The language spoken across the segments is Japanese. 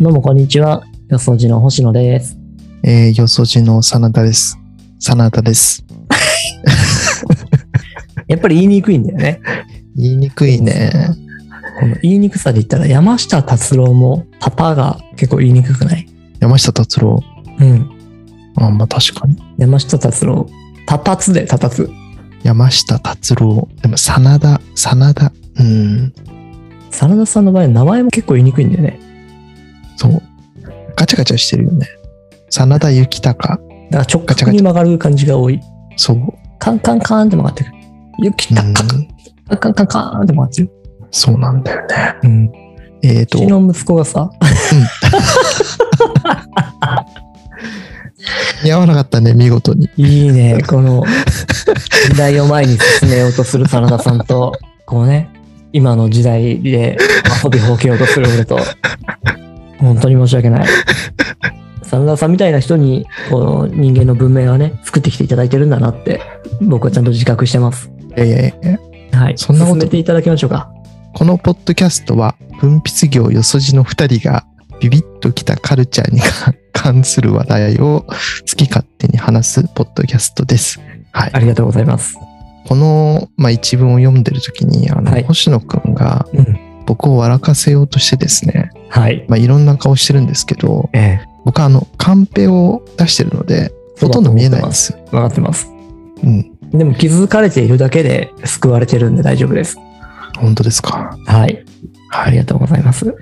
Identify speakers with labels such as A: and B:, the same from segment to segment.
A: どうもこんにちは。よそじの星野です。
B: えー、よそじの真田です。真田です。
A: やっぱり言いにくいんだよね。
B: 言いにくいね。
A: この言いにくさで言ったら山下達郎もパパが結構言いにくくない
B: 山下達郎。
A: うん。
B: あ、まあ確かに。
A: 山下達郎。タタツでタタツ。
B: 山下達郎。でも、真田、真田。うん。
A: 真田さんの場合名前も結構言いにくいんだよね。
B: そう。ガチャガチャしてるよね。真田幸隆。
A: だから直角に曲がる感じが多い。
B: そう。
A: カンカンカーンって曲がってくる。ゆき
B: う
A: たか
B: ん。
A: カンカンカンカーンって曲がってる。
B: そうなんだよね。
A: うん。う
B: えっ、ー、と、
A: ちの息子がさ、
B: 似合わなかったね、見事に。
A: いいね、この時代を前に進めようとする真田さんと、こうね、今の時代で遊びほうけようとする俺と、本当に申し訳ない。真田さんみたいな人に、この人間の文明はね、作ってきていただいてるんだなって、僕はちゃんと自覚してます。
B: いやいやいや
A: はい。
B: そんなこと
A: 進めていただきましょうか。
B: このポッドキャストは、分泌業よそじの2人が、ビビッときたカルチャーに関関する話題を好き勝手に話すポッドキャストです。はい
A: あ。りがとうございます。
B: この、まあ、一文を読んでる時に、あの、
A: はい
B: 星野くんが
A: うん。
B: 僕を笑かせようとしてですね、
A: はい。
B: まあ、いろんな顔してるんですけど、
A: ええ。
B: 僕はあの、カンペを出してるので、ほとんど見えないんですよ。
A: わかってます。
B: うん。
A: でも気づかれているだけで救われてるんで大丈夫です。
B: 本当ですか。
A: はい。あ
B: は
A: り
B: い。
A: がとうございます。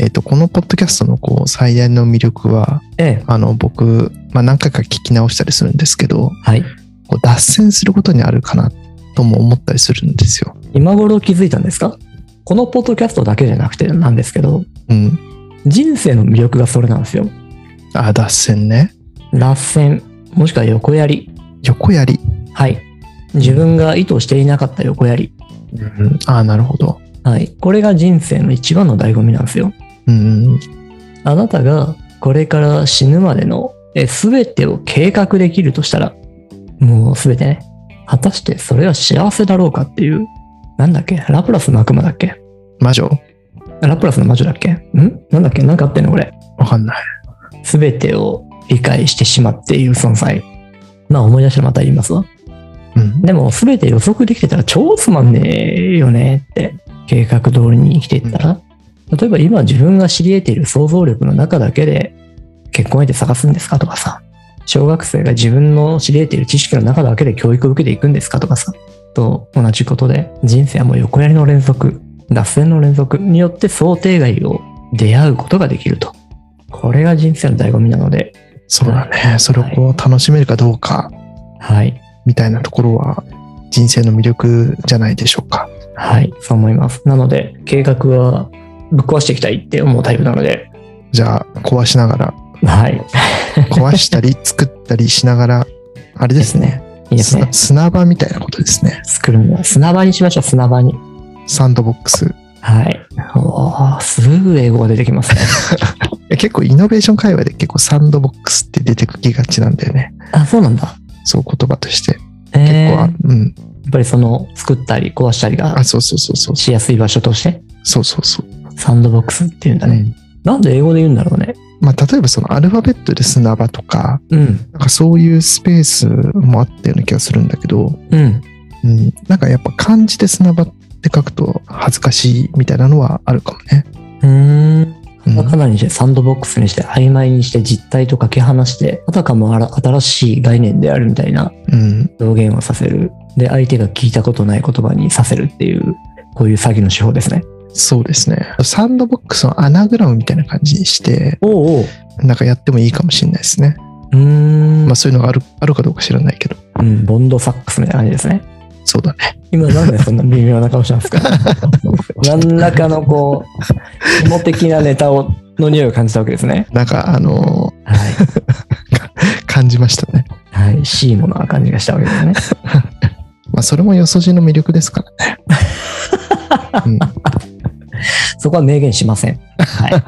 B: えっ、と、このポッドキャストのこう、最大の魅力は、
A: ええ。
B: あの、僕、まあ、何回か聞き直したりするんですけど、
A: はい。
B: こう脱線することにあるかなとも思ったりするんですよ。
A: 今頃気づいたんですかこのポッドキャストだけじゃなくてなんですけど、
B: うん。
A: 人生の魅力がそれなんですよ。
B: あ、脱線ね。
A: 脱線、もしくは横やり。
B: 横やり。
A: はい。自分が意図していなかった横やり。
B: うん。あ、なるほど。
A: はい。これが人生の一番の醍醐味なんですよ。
B: うん。
A: あなたがこれから死ぬまでのえ全てを計画できるとしたら、もう全てね。果たしてそれは幸せだろうかっていう、なんだっけラプラスの悪魔だっけ
B: 魔女
A: ラプラスの魔女だっけんなんだっけなんかあってんのこれ。
B: わかんない。
A: 全てを理解してしまっている存在。まあ思い出したらまた言いますわ。
B: うん。
A: でも全て予測できてたら超つまんねえよねって。計画通りに生きていったら。例えば今自分が知り得ている想像力の中だけで結婚相手探すんですかとかさ。小学生が自分の知り得ている知識の中だけで教育を受けていくんですかとかさ。と同じことで人生はもう横やりの連続、脱線の連続によって想定外を出会うことができると。これが人生の醍醐味なので、
B: そうだね。それをこう楽しめるかどうか
A: はい。
B: みたいなところは人生の魅力じゃないでしょうか。
A: はい。そう思います。なので、計画はぶっ壊していきたいって思うタイプなので、
B: じゃあ壊しな がら、
A: はい。
B: 壊したり作ったりしながら、あれですね。
A: いいですね
B: 砂。砂場みたいなことですね。
A: 作るの。砂場にしましょう、砂場に。
B: サンドボックス。い
A: はい。おー、すぐ英語が出てき ますね。
B: や結構イノベーション界隈で結構サンドボックスって出てきがちなんだよね。
A: あ、そうなんだ。
B: そう言葉として。結
A: えー、
B: 構あ、
A: や
B: うん。
A: っぱりその、作ったり壊したりが
B: あ、そうそうそうそう。
A: しやすい場所として、
B: そうそうそう。
A: サンドボックスっていうんだね。
B: うん
A: なんで英語で言うんだろうね。
B: まあ例えばそのアルファベットで砂場とか、
A: うん。
B: なんかそういうスペースもあったような気がするんだけど、
A: うん。
B: うん、なんかやっぱ漢字で砂場って書くと恥ずかしいみたいなのはあるかもね。
A: うーん。
B: うん
A: かなりしてサンドボックスにして曖昧にして実態とかけ離してあたかもあら新しい概念であるみたいな
B: うん、
A: 表現をさせる。で、相手が聞いたことない言葉にさせるっていう、こういう詐欺の手法ですね。
B: そうですね。サンドボックスのアナグラムみたいな感じにして、
A: おうおう。
B: なんかやってもいいかもしれないですね。
A: うーん、
B: まあそういうのがあるあるかどうか知らないけど。
A: うん。ボンドサックスみたいな感じですね。
B: そうだね。
A: 今なんでそんな微妙な顔したんです か何らかのこう、紐的なネタを、の匂いを感じたわけですね。
B: なんかあの
A: はい。
B: ー感じましたね。
A: はい。C ものな感じがしたわけですね。
B: まあそれもよそじの魅力ですからね。うん
A: そこは明言しません。はい。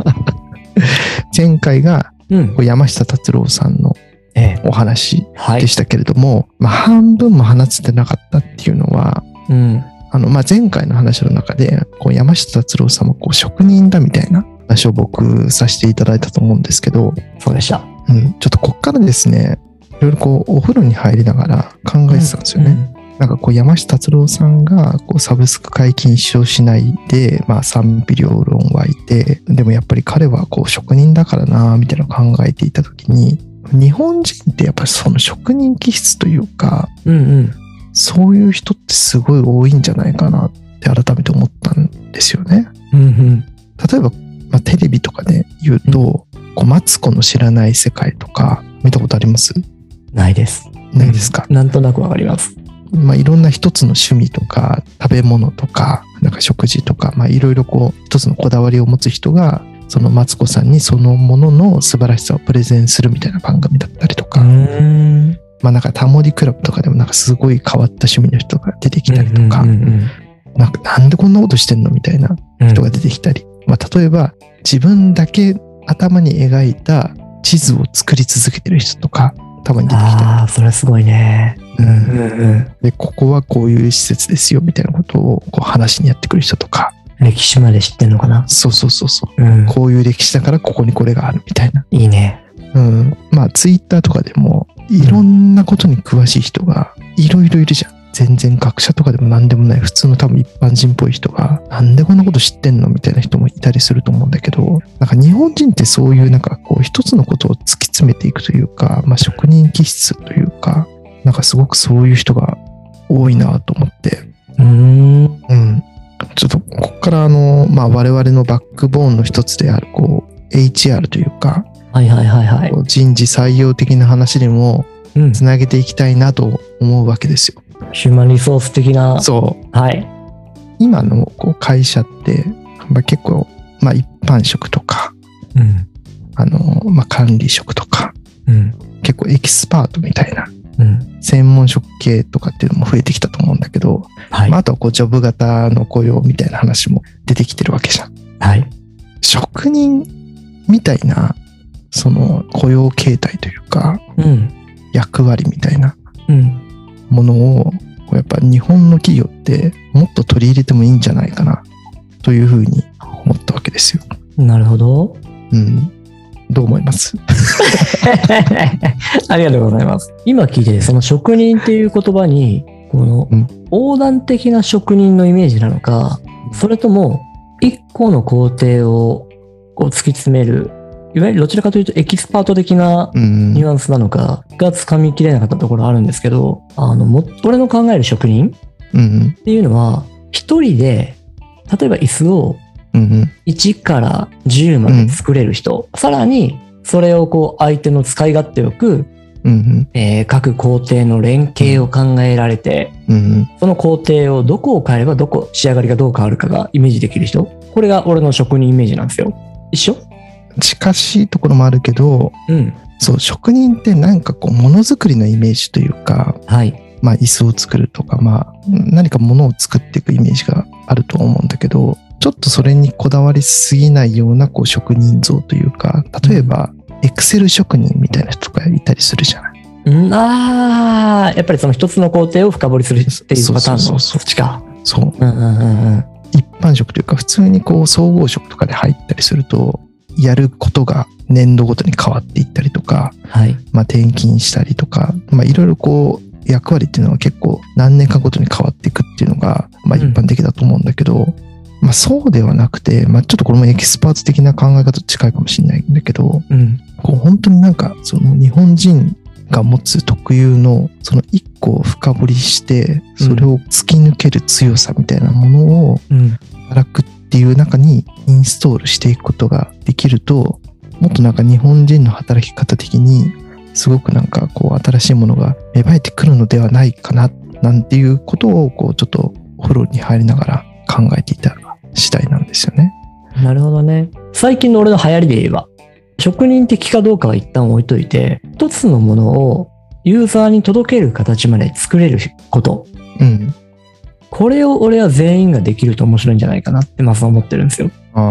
B: 前回が
A: うん
B: こ。う山下達郎さんの
A: ええ。
B: お話
A: は
B: で
A: い。
B: したけれども、まあ半分も話せてなかったっていうのは、
A: うん。
B: あの、まあ、前回の話の中で、こう、山下達郎さんもこう、職人だみたいな話を僕させていただいたと思うんですけど、
A: そうでした。
B: うん、ちょっとこっからですね、いろいろこうお風呂に入りながら考えてたんですよね。なんかこう山下達郎さんがこうサブスク解禁止をしないで、まあ賛否両論はいて、でもやっぱり彼はこう職人だからな、みたいなのを考えていたときに、日本人ってやっぱりその職人気質というか、
A: うん。うんうん。
B: そういう人ってすごい多いんじゃないかなって改めて思ったんですよね。
A: うんうん。
B: 例えば、まあ、テレビとかで言うと、こうマツコの知らない世界とか見たことあります
A: ないです。
B: ないですか、
A: なんとなくわかります。
B: まあ、いろんな一つの趣味とか食べ物とかなんか食事とか、まあ、いろいろこう一つのこだわりを持つ人がそのマツコさんにそのものの素晴らしさをプレゼンするみたいな番組だったりとか、
A: ん。
B: まあなんかタモリクラブとかでもなんかすごい変わった趣味の人が出てきたりとか、
A: うんうん
B: なんかなんでこんなことしてんのみたいな
A: うん。
B: 人が出てきたり、まあ、例えば自分だけ頭に描いた地図を作り続けてる人とかたまに出てきた
A: ああ、それはすごいね。
B: り、うん
A: うんうん。
B: でここはこういう施設ですよみたいなことをこう話にやってくる人とか
A: 歴史まで知ってんのかな。
B: そうそうそうそう
A: うん。
B: こういう歴史だからここにこれがあるみたいな、
A: いいね。
B: うん、まあツイッターとかでもいろんなことに詳しい人がいろいろいるじゃん全然学者とかでも何でもない普通の多分一般人っぽい人がなんでこんなこと知ってんのみたいな人もいたりすると思うんだけどなんか日本人ってそういうなんかこう一つのことを突き詰めていくというか、まあ、職人気質というかなんかすごくそういう人が多いなと思って
A: うーん。
B: うん、ちょっとここからあの、まあ、我々のバックボーンの一つであるこう HR というか、
A: はいはいはいはい
B: こ。う人事採用的な話にも
A: うん。
B: つなげていきたいなと思うわけですよ。
A: ヒューマンリソース的な。
B: そう
A: はい。
B: 今のこう会社って、まあ、結構、まあ、一般職とか
A: うん。
B: あの、まあ、管理職とか
A: うん。
B: 結構エキスパートみたいな
A: うん。
B: 専門職系とかっていうのも増えてきたと思うんだけど、
A: はい
B: まあ、。あとはこうジョブ型の雇用みたいな話も出てきてるわけじゃん。
A: はい。
B: 職人みたいなその雇用形態というか
A: うん。
B: 役割みたいな
A: うん。
B: ものをこうやっぱ日本の企業ってもっと取り入れてもいいんじゃないかなというふうに思ったわけですよ。
A: なるほど。
B: うん、どう思います
A: ありがとうございます。今聞いてて、その職人っていう言葉に、この
B: うん
A: 横断的な職人のイメージなのか、それとも、一個の工程をこう突き詰める、いわゆるどちらかというとエキスパート的な
B: うん
A: ニュアンスなのかが掴みきれなかったところあるんですけど、あの、も、俺の考える職人
B: うん
A: っていうのは、一人で、例えば椅子を
B: うん
A: 1から10まで作れる人、さらにそれをこう相手の使い勝手よく、
B: うんうん
A: えー各工程の連携を考えられて、
B: うん
A: その工程をどこを変えればどこ仕上がりがどう変わるかがイメージできる人これが俺の職人イメージなんですよ一緒
B: 近しいところもあるけど
A: うん
B: そう職人ってなんかこうものづくりのイメージというか
A: はい
B: まあ、椅子を作るとか、まあ、何かものを作っていくイメージがあると思うんだけどちょっとそれにこだわりすぎないようなこう職人像というか例えばエクセル職人みたいな人がいたりするじゃない。
A: うんあーやっぱりその一つの工程を深掘りするっていうパターン
B: そうそ
A: のそ
B: うそ
A: うっ
B: そう
A: ちか
B: そう
A: うんうんうんうん
B: 一般職というか普通にこう総合職とかで入ったりするとやることが年度ごとに変わっていったりとか、
A: はい
B: まあ、転勤したりとか、まあ、いろいろこう役割っていうのは結構何年かごとに変わっていくっていうのが、ま
A: う
B: あ、一
A: ん
B: 般的だと思うんだけど、まあ、そうではなくて、まあ、ちょっとこれもエキスパート的な考え方と近いかもしれないんだけど
A: うん
B: こう本当になんかその日本人が持つ特有のその一個を深掘りしてそれを突き抜ける強さみたいなものを
A: うん
B: 働くっていう中にインストールしていくことができるともっとなんか日本人の働き方的にすごくなんかこう新しいものが芽生えてくるのではないかななんていうことをこうちょっとお風呂に入りながら考えていた次第なんですよね。
A: なるほどね。最近の俺の流行りで言えば、職人的かどうかは一旦置いといて、一つのものをユーザーに届ける形まで作れること。
B: うん。
A: これを俺は全員ができると面白いんじゃないかなってまず思ってるんですよ。
B: あ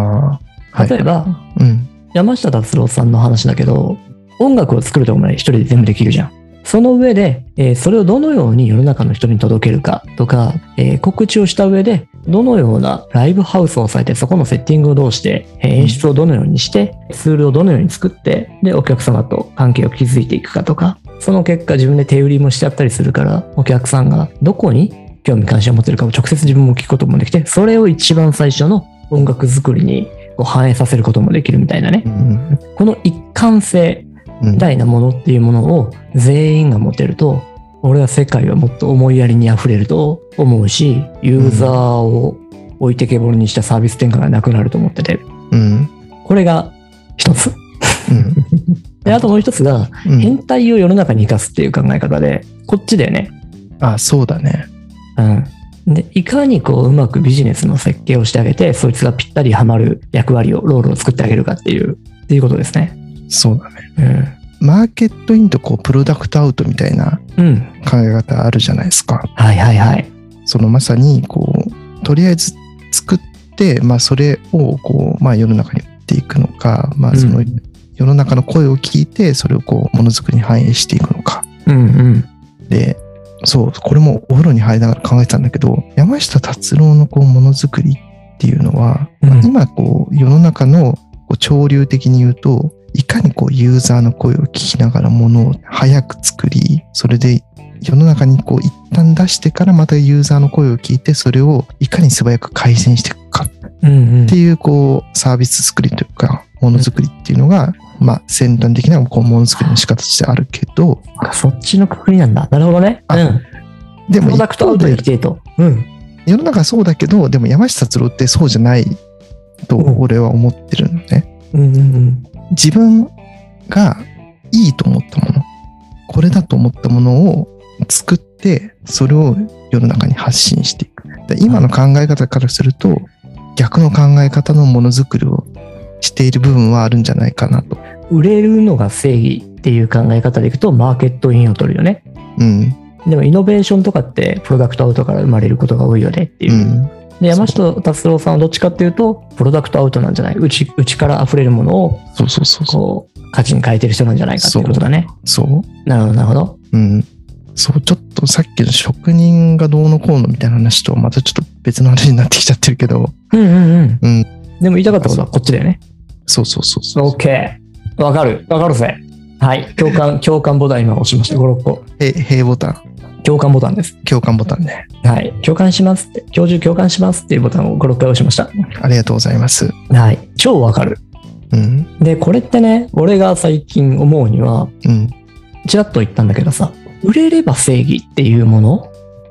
B: あ。はい
A: 例えば、
B: うん。
A: 山下達郎さんの話だけど、音楽を作るとこまで一人で全部できるじゃん。その上で、えーそれをどのように世の中の人に届けるかとか、えー告知をした上で、どのようなライブハウスをされて、そこのセッティングをどうして、えー演出をどのようにして、ツールをどのように作って、で、お客様と関係を築いていくかとか、その結果自分で手売りもしちゃったりするから、お客さんがどこに興味関心を持ってるかを直接自分も聞くこともできて、それを一番最初の音楽作りにこう反映させることもできるみたいなね
B: う。ん
A: この一貫性、
B: うん
A: みたいなものっていうものを全員が持てると俺は世界はもっと思いやりにあふれると思うしユーザーを置いてけぼりにしたサービス展開がなくなると思ってて
B: うん
A: これが一つ
B: うん
A: であともう一つが
B: うん
A: 変態を世の中に生かすっていう考え方でこっちだよね
B: あそうだね
A: うんでいかにこううまくビジネスの設計をしてあげてそいつがぴったりはまる役割をロールを作ってあげるかっていうっていうことですね
B: そうだね
A: うん
B: マーケットインとこうプロダクトアウトみたいな
A: うん
B: 考え方あるじゃないですか
A: はいはいはい
B: そのまさにこうとりあえず作って、まあ、それをこう、まあ、世の中に売っていくのか、まあ、その
A: うん
B: 世の中の声を聞いてそれをこうものづくりに反映していくのか
A: うんうん
B: でそうこれもお風呂に入りながら考えてたんだけど山下達郎のこうものづくりっていうのは、ま
A: う
B: あ
A: ん
B: 今こう世の中のこう潮流的に言うといかにこうユーザーの声を聞きながらものを早く作りそれで世の中にこう一旦出してからまたユーザーの声を聞いてそれをいかに素早く改善していくか
A: うんうん
B: っていうこうサービス作りというかものづくりっていうのが、まあ、先端的なこうものづくりの仕方としてあるけど
A: あそっちのくくりなんだ。なるほどね。
B: あ
A: うん。
B: でも
A: プロダクトアウトに
B: 一方で
A: 規定と。うん。
B: 世の中そうだけどでも山下達郎ってそうじゃないと
A: うん
B: 俺は思ってるのね、
A: うんうんうん。
B: 自分がいいと思ったものこれだと思ったものを作ってそれを世の中に発信していくで今の考え方からすると逆の考え方のものづくりをしている部分はあるんじゃないかなと
A: 売れるのが正義っていう考え方でいくと、マーケットインを取るよね。
B: うん
A: でも、イノベーションとかって、プロダクトアウトから生まれることが多いよねっていうう。
B: ん
A: で、山下達郎さんはどっちかっていうと、プロダクトアウトなんじゃないうち、うちから溢れるものを、
B: そうそうそうそ
A: こう、価値に変えてる人なんじゃないかっていうことだね。
B: うそう
A: なるほど、なるほど。
B: うん。そう、ちょっとさっきの職人がどうのこうのみたいな話と、またちょっと別の話になってきちゃってるけど、
A: うんうんう
B: うん
A: ん。でも、言いたかったことはこっちだよね。
B: そうそうそうそう。
A: OK。わかる。わかるぜ。はい。共感、 共感ボタン今押しました。5、6個。
B: へへいボタン、
A: 共感ボタンです。
B: 共感ボタンね。
A: はい。共感しますって、教授共感しますっていうボタンを5、6回押しました。
B: ありがとうございます。
A: はい。超わかる。
B: うん。
A: で、これってね、俺が最近思うには、
B: うん。
A: ちらっと言ったんだけどさ、売れれば正義っていうもの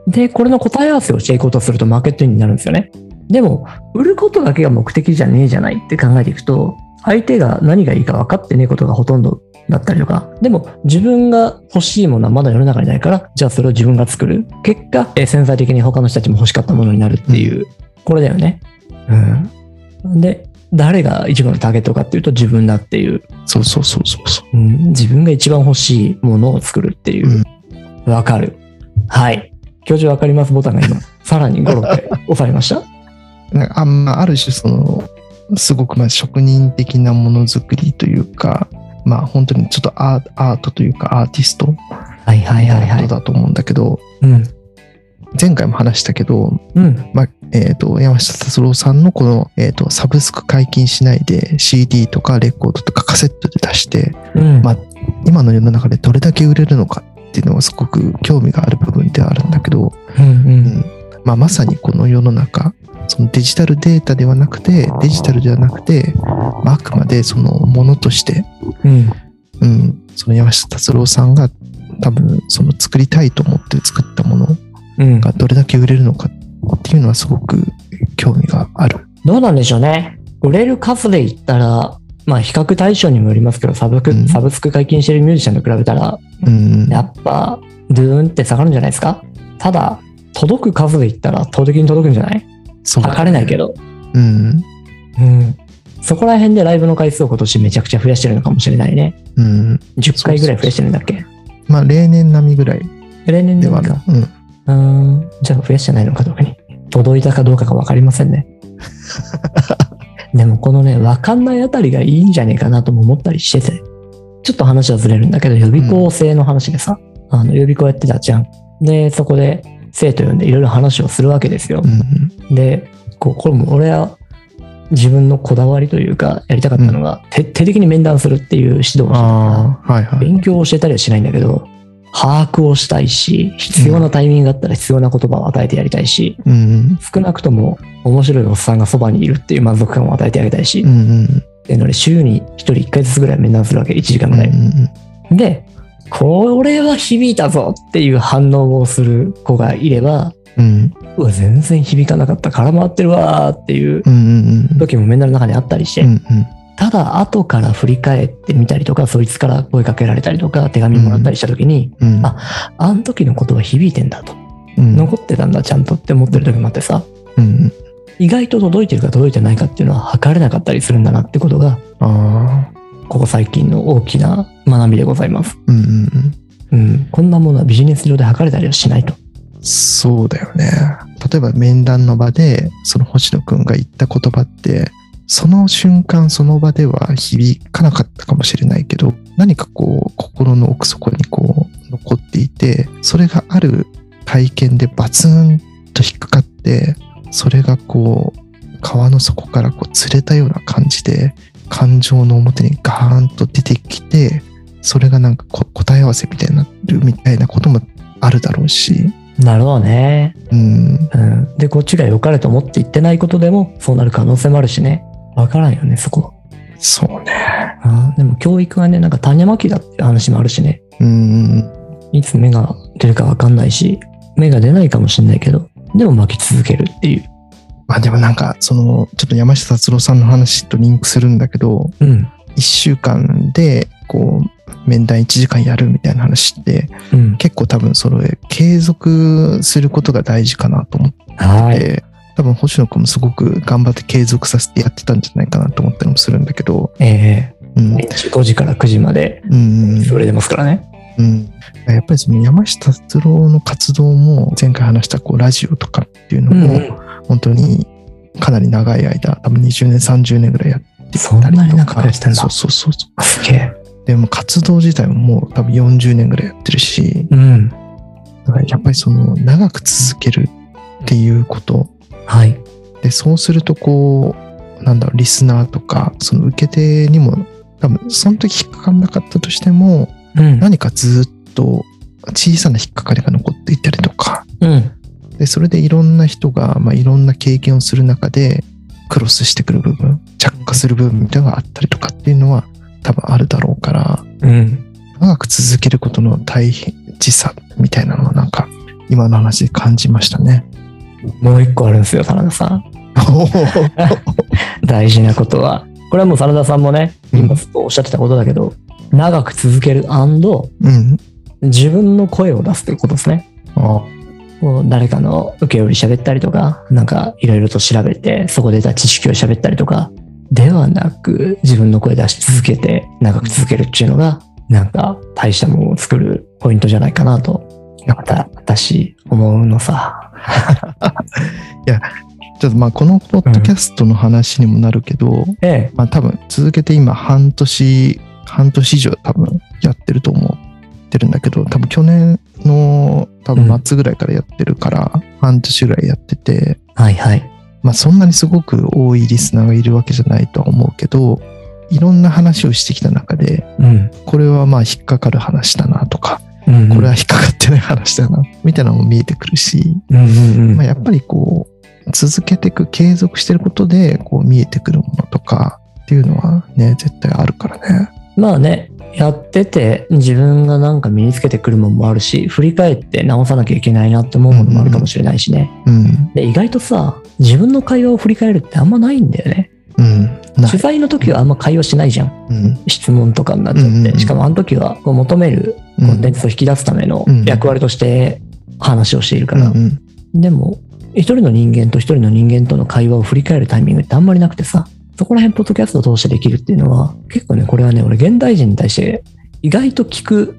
A: で、これの答え合わせをしていこうとするとマーケットインになるんですよね。でも、売ることだけが目的じゃねえじゃないって考えていくと、相手が何がいいか分かってねえことがほとんどだったりとか、でも自分が欲しいものはまだ世の中にないから、じゃあそれを自分が作る。結果、えー潜在的に他の人たちも欲しかったものになるっていう、これだよね。うん。で、誰が一番のターゲットかっていうと自分だっていう
B: そうそうそうそうそう。
A: うん、自分が一番欲しいものを作るっていう。わ、かる。はい。教授わかりますボタンが今、さらに5、6回押されました。
B: なんかあんまある種そのすごくまあ職人的なものづくりというかまあ本当にちょっとアーアートというかアーティスト
A: はいはいはいは
B: のこと
A: い。
B: だと思うんだけど、
A: うん。
B: 前回も話したけど
A: うん。
B: まあえー、と山下達郎さんのこの、えー、とサブスク解禁しないで CD とかレコードとかカセットで出して
A: うん。
B: まあ今の世の中でどれだけ売れるのかっていうのはすごく興味がある部分ではあるんだけど、
A: うんうん
B: うんまあ、まさにこの世の中そのデジタルデータではなくてデジタルではなくて、まあ、あくまでそのものとして、
A: うん。
B: うん、その山下達郎さんが多分その作りたいと思って作ったもの
A: うん。
B: がどれだけ売れるのかっていうのはすごく興味がある。
A: どうなんでしょうね。売れる数で言ったら、まあ比較対象にもよりますけど、サブク、
B: うん
A: サブスク解禁してるミュージシャンと比べたら、
B: うん
A: やっぱ、ドゥーンって下がるんじゃないですかただ、届く数で言ったら圧倒的に届くんじゃない
B: そうだね
A: 測れないけど。
B: うん。
A: うん、そこら辺でライブの回数を今年めちゃくちゃ増やしてるのかもしれないね。
B: うん。
A: 10回ぐらい増やしてるんだっけ
B: まあ、例年並みぐらい
A: 例年
B: で
A: で
B: はあ
A: は
B: る
A: か。。
B: うん。
A: うーん。じゃあ増やしてないのかどうかに。届いたかどうかが分かりません ね。でもこのね、分かんないあたりがいいんじゃねえかなとも思ったりしてて。ちょっと話はずれるんだけど、予備校生の話でさ、あの予備校やってたじゃん。で、そこで生徒呼んでいろいろ話をするわけですよ
B: う。ん
A: で、こうこれも俺は自分のこだわりというか、やりたかったのが、徹底的に面談するっていう指導をしてたから
B: ああ、はいはい。
A: 勉強を教えたりはしないんだけど、把握をしたいし、必要なタイミングがあったら必要な言葉を与えてやりたいし、
B: うん。
A: 少なくとも面白いおっさんがそばにいるっていう満足感を与えてあげたいし、
B: うんうん。
A: っていうので、週に1人1回ずつぐらい面談するわけ、1時間ぐらい。で、これは響いたぞっていう反応をする子がいれば、
B: うん
A: うわ、全然響かなかった、空回ってるわーっていう
B: うんうんうん。
A: 時も面談の中にあったりして、
B: うん
A: ただ後から振り返ってみたりとか、そいつから声かけられたりとか、手紙もらったりした時に、
B: うんうん。
A: ああの時のことは響いてんだと、
B: うん、
A: 残ってたんだ、ちゃんとって思ってる時もあってさ、
B: うん。
A: 意外と届いてるか届いてないかっていうのは測れなかったりするんだなってことが、
B: ああ。
A: ここ最近の大きな学びでございます。
B: うんうんうん。
A: うん、こんなものはビジネス上で測れたりはしないと。
B: そうだよね。例えば面談の場で、その星野くんが言った言葉って、その瞬間その場では響かなかったかもしれないけど、何かこう心の奥底にこう残っていて、それがある体験でバツンと引っかかって、それがこう川の底からこう釣れたような感じで、感情の表にガーンと出てきて、それがなんかこ答え合わせみたいになるみたいなこともあるだろうし、
A: なるほどね。
B: うん、
A: うん、で、こっちが良かれと思って言ってないことでも、そうなる可能性もあるしね。わからんよね、そこ。
B: そうね。
A: あーでも教育はね、なんか種まきだって話もあるしね。
B: うん。
A: いつ芽が出るかわかんないし、芽が出ないかもしんないけど、でも巻き続けるっていう。
B: まあでもなんか、その、ちょっと山下達郎さんの話とリンクするんだけど、
A: うん。
B: 1週間で、こう、面談1時間やるみたいな話って、
A: うん。
B: 結構多分それ、継続することが大事かなと思って、
A: はい。
B: 多分星野くんもすごく頑張って継続させてやってたんじゃないかなと思ったりもするんだけど、
A: え
B: うん
A: ー、。5時から9時まで、
B: うん。
A: それでますからね。
B: うん、やっぱりその山下達郎の活動も前回話したこうラジオとかっていうのも、本当にかなり長い間多分20年30年ぐらいやって
A: そん
B: たりとか
A: なに長くやってたん
B: そ
A: だ
B: う。そうそうそ
A: すげえ。
B: うでも活動自体ももう多分40年ぐらいやってるし
A: うん。
B: だからやっぱりその長く続けるっていうこと
A: はい。
B: でそうするとこうなんだろうリスナーとかその受け手にも多分その時引っかかんなかったとしても
A: うん。
B: 何かずっと小さな引っかかりが残っていたりとか
A: うん。
B: でそれでいろんな人が、まあ、いろんな経験をする中でクロスしてくる部分着火する部分みたいなのがあったりとかっていうのは多分あるだろうから
A: うん。
B: 長く続けることの大変さみたいなのはなんか今の話で感じましたね。
A: もう一個あるんですよ、真田さん。大事なことは。これはもう真田さんもね、
B: うん
A: 今ずっとおっしゃってたことだけど、長く続ける and
B: うん、
A: 自分の声を出すということですね。
B: あ
A: こう誰かの受け売り喋ったりとか、なんかいろいろと調べて、そこで得た知識を喋ったりとか、ではなく自分の声出し続けて、長く続けるっていうのが、なんか大したものを作るポイントじゃないかなと、また私思うのさ。
B: ちょっとまあこのポッドキャストの話にもなるけど、
A: ええ、
B: まあ多分続けて今半年、半年以上多分やってると思ってるんだけど、多分去年の多分末ぐらいからやってるから、半年ぐらいやってて、
A: はいはい。
B: まあそんなにすごく多いリスナーがいるわけじゃないとは思うけど、いろんな話をしてきた中で、
A: うん。
B: これはまあ引っかかる話だなとか、
A: うん、
B: これは引っかかってない話だな、みたいなのも見えてくるし、
A: うんうんうん
B: まあ、やっぱりこう続けていく継続してることでこう見えてくるものとかっていうのはね絶対あるからね。
A: まあね、やってて自分がなんか身につけてくるものもあるし、振り返って直さなきゃいけないなって思うものもあるかもしれないしね。
B: うん
A: で、意外とさ、自分の会話を振り返るってあんまないんだよね。
B: うんな
A: 取材の時はあんま会話しないじゃん。
B: うん
A: 質問とかになっちゃ
B: うんうん
A: っ
B: うん
A: て。しかもあの時はこう求める
B: う
A: コ
B: ん
A: ンテンツを引き出すための
B: うん
A: 役割として話をしているから
B: う。ん
A: でも、一人の人間と一人の人間との会話を振り返るタイミングってあんまりなくてさ、そこら辺、ポッドキャストを通してできるっていうのは、結構ね、これはね、俺、現代人に対して、意外と効く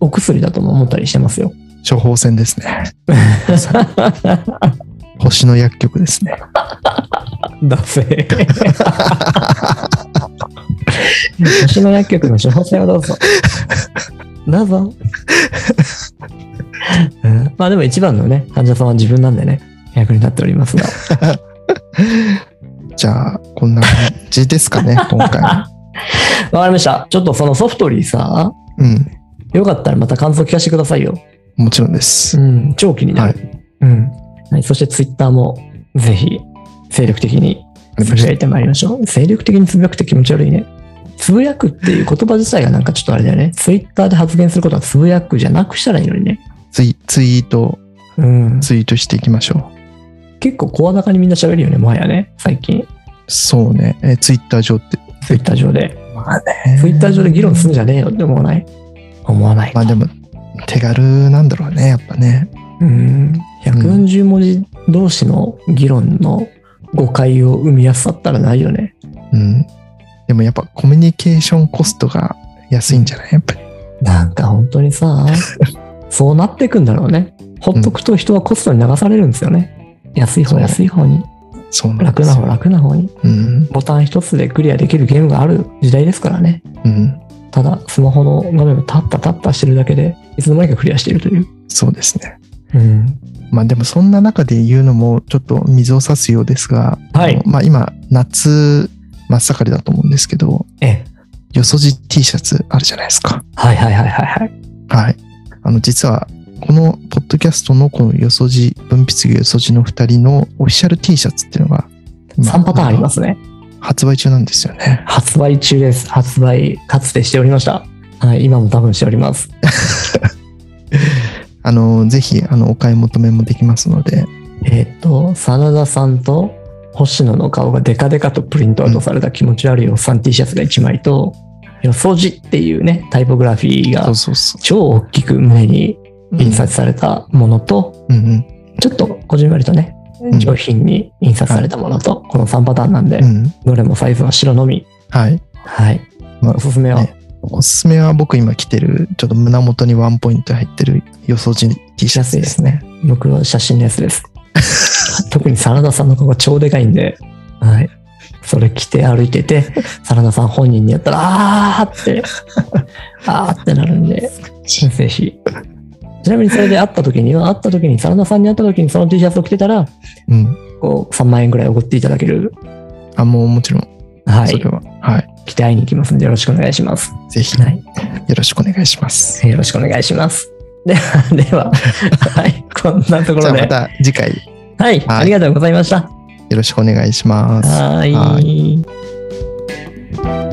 A: お薬だとも思ったりしてます よ。
B: 処方箋ですね。星の薬局ですね。
A: だぜ。星の薬局の処方箋をどうぞ。どうぞ。うんまあでも一番のね、患者さんは自分なんでね、役に立っておりますが。
B: じゃあ、こんな感じです かね、今回は。
A: わかりました。ちょっとそのソフトリーさ、
B: うん。
A: よかったらまた感想聞かせてくださいよ。
B: もちろんです。
A: うん、超気になる。うん。はい、そしてツイッターも、ぜひ、精力的に
B: あり
A: つ
B: ま
A: ぶ
B: し
A: や
B: た
A: いてまいりましょう。精力的につぶやくって気持ち悪いね。つぶやくっていう言葉自体がなんかちょっとあれだよね。ツイッターで発言することはつぶやくじゃなくしたらいいのにね。
B: ツイツイート、
A: うん。
B: ツイートしていきましょ
A: 結構声高にみんな喋るよね、もはやね。最近、
B: う。そうね。えーツイッター上って。
A: ツイッター上で。
B: まあね
A: ツイッター上で議論すんじゃねえよって思わない思わない。
B: まあでも、手軽なんだろうね、やっぱね。
A: うん。140文字同士の議論の誤解を生みやすさったらないよね。
B: うん。でもやっぱコミュニケーションコストが安いんじゃないやっぱり。
A: なんか本当に さ、そうなってくんだろうね。ほっとくと人はコストに流されるんですよね。安い方、
B: そう
A: 安い方に。
B: そうなん
A: 楽
B: です
A: な
B: よ
A: 方、楽な方に。
B: うん。
A: ボタン一つでクリアできるゲームがある時代ですからね。
B: うん。
A: ただ、スマホの画面をタッタタッタしてるだけで、いつの間にかクリアしているという。
B: そうですね。
A: うん。
B: まあでもそんな中で言うのもちょっと水を差すようですが、
A: はい
B: あのまあ今夏真っ盛りだと思うんですけど、
A: ええ。
B: よそじ T シャツあるじゃないですか。
A: はいはいはいはいはい。
B: はい。あの実はこのポッドキャストのこのよそじ、文筆業よそじの2人のオフィシャル T シャツっていうのが今。
A: 3パターンありますすね。
B: 発売中なんですよね。
A: 発売中です。発売かつてしておりました。はい、今も多分しております。
B: あの、ぜひあのお買い求めもできますので、
A: えーっと、真田さんと星野の顔がデカデカとプリントアウトされた気持ち悪いおっさん T シャツが1枚と、よそじっていうね、タイポグラフィー
B: そ
A: が
B: うそうそ
A: 超大きく胸に
B: う。
A: 印刷されたものと、
B: うんうん
A: ちょっとこじんまりとね、
B: ん
A: 上品に印刷されたものと、この3パターンなんで
B: う、ん。
A: どれもサイズは白のみ。
B: はい。
A: はい。
B: まあ
A: おすすめは
B: ね、おすすめは僕今着てる、ちょっと胸元にワンポイント入ってる予想時 T シャツですね。
A: 僕は写真のやつです。 特に真田さんの顔が超でかいんで、はい。それ着て歩いてて、真田さん本人にやったら、あーって、 あーってなるんで、ぜひ。ちなみにそれで会った時には、会った時に、真田さんに会った時にその T シャツを着てたら、
B: うん。
A: こう、3万円ぐらいおごっていただける、
B: あ、もうもちろん、
A: は
B: それ
A: い。
B: は。はい。
A: 着て会いに行きますんで、よろしくお願いします。
B: ぜひ、
A: は
B: よ
A: い。
B: ろしくお願いします。
A: よろしくお願いします。 では、で は、はい。こんなとこ
B: じ
A: ろ
B: ゃあ
A: で
B: ま。た次回、
A: はい。
B: はい
A: ありがとうございました。
B: よろしくお願いします。
A: はーい。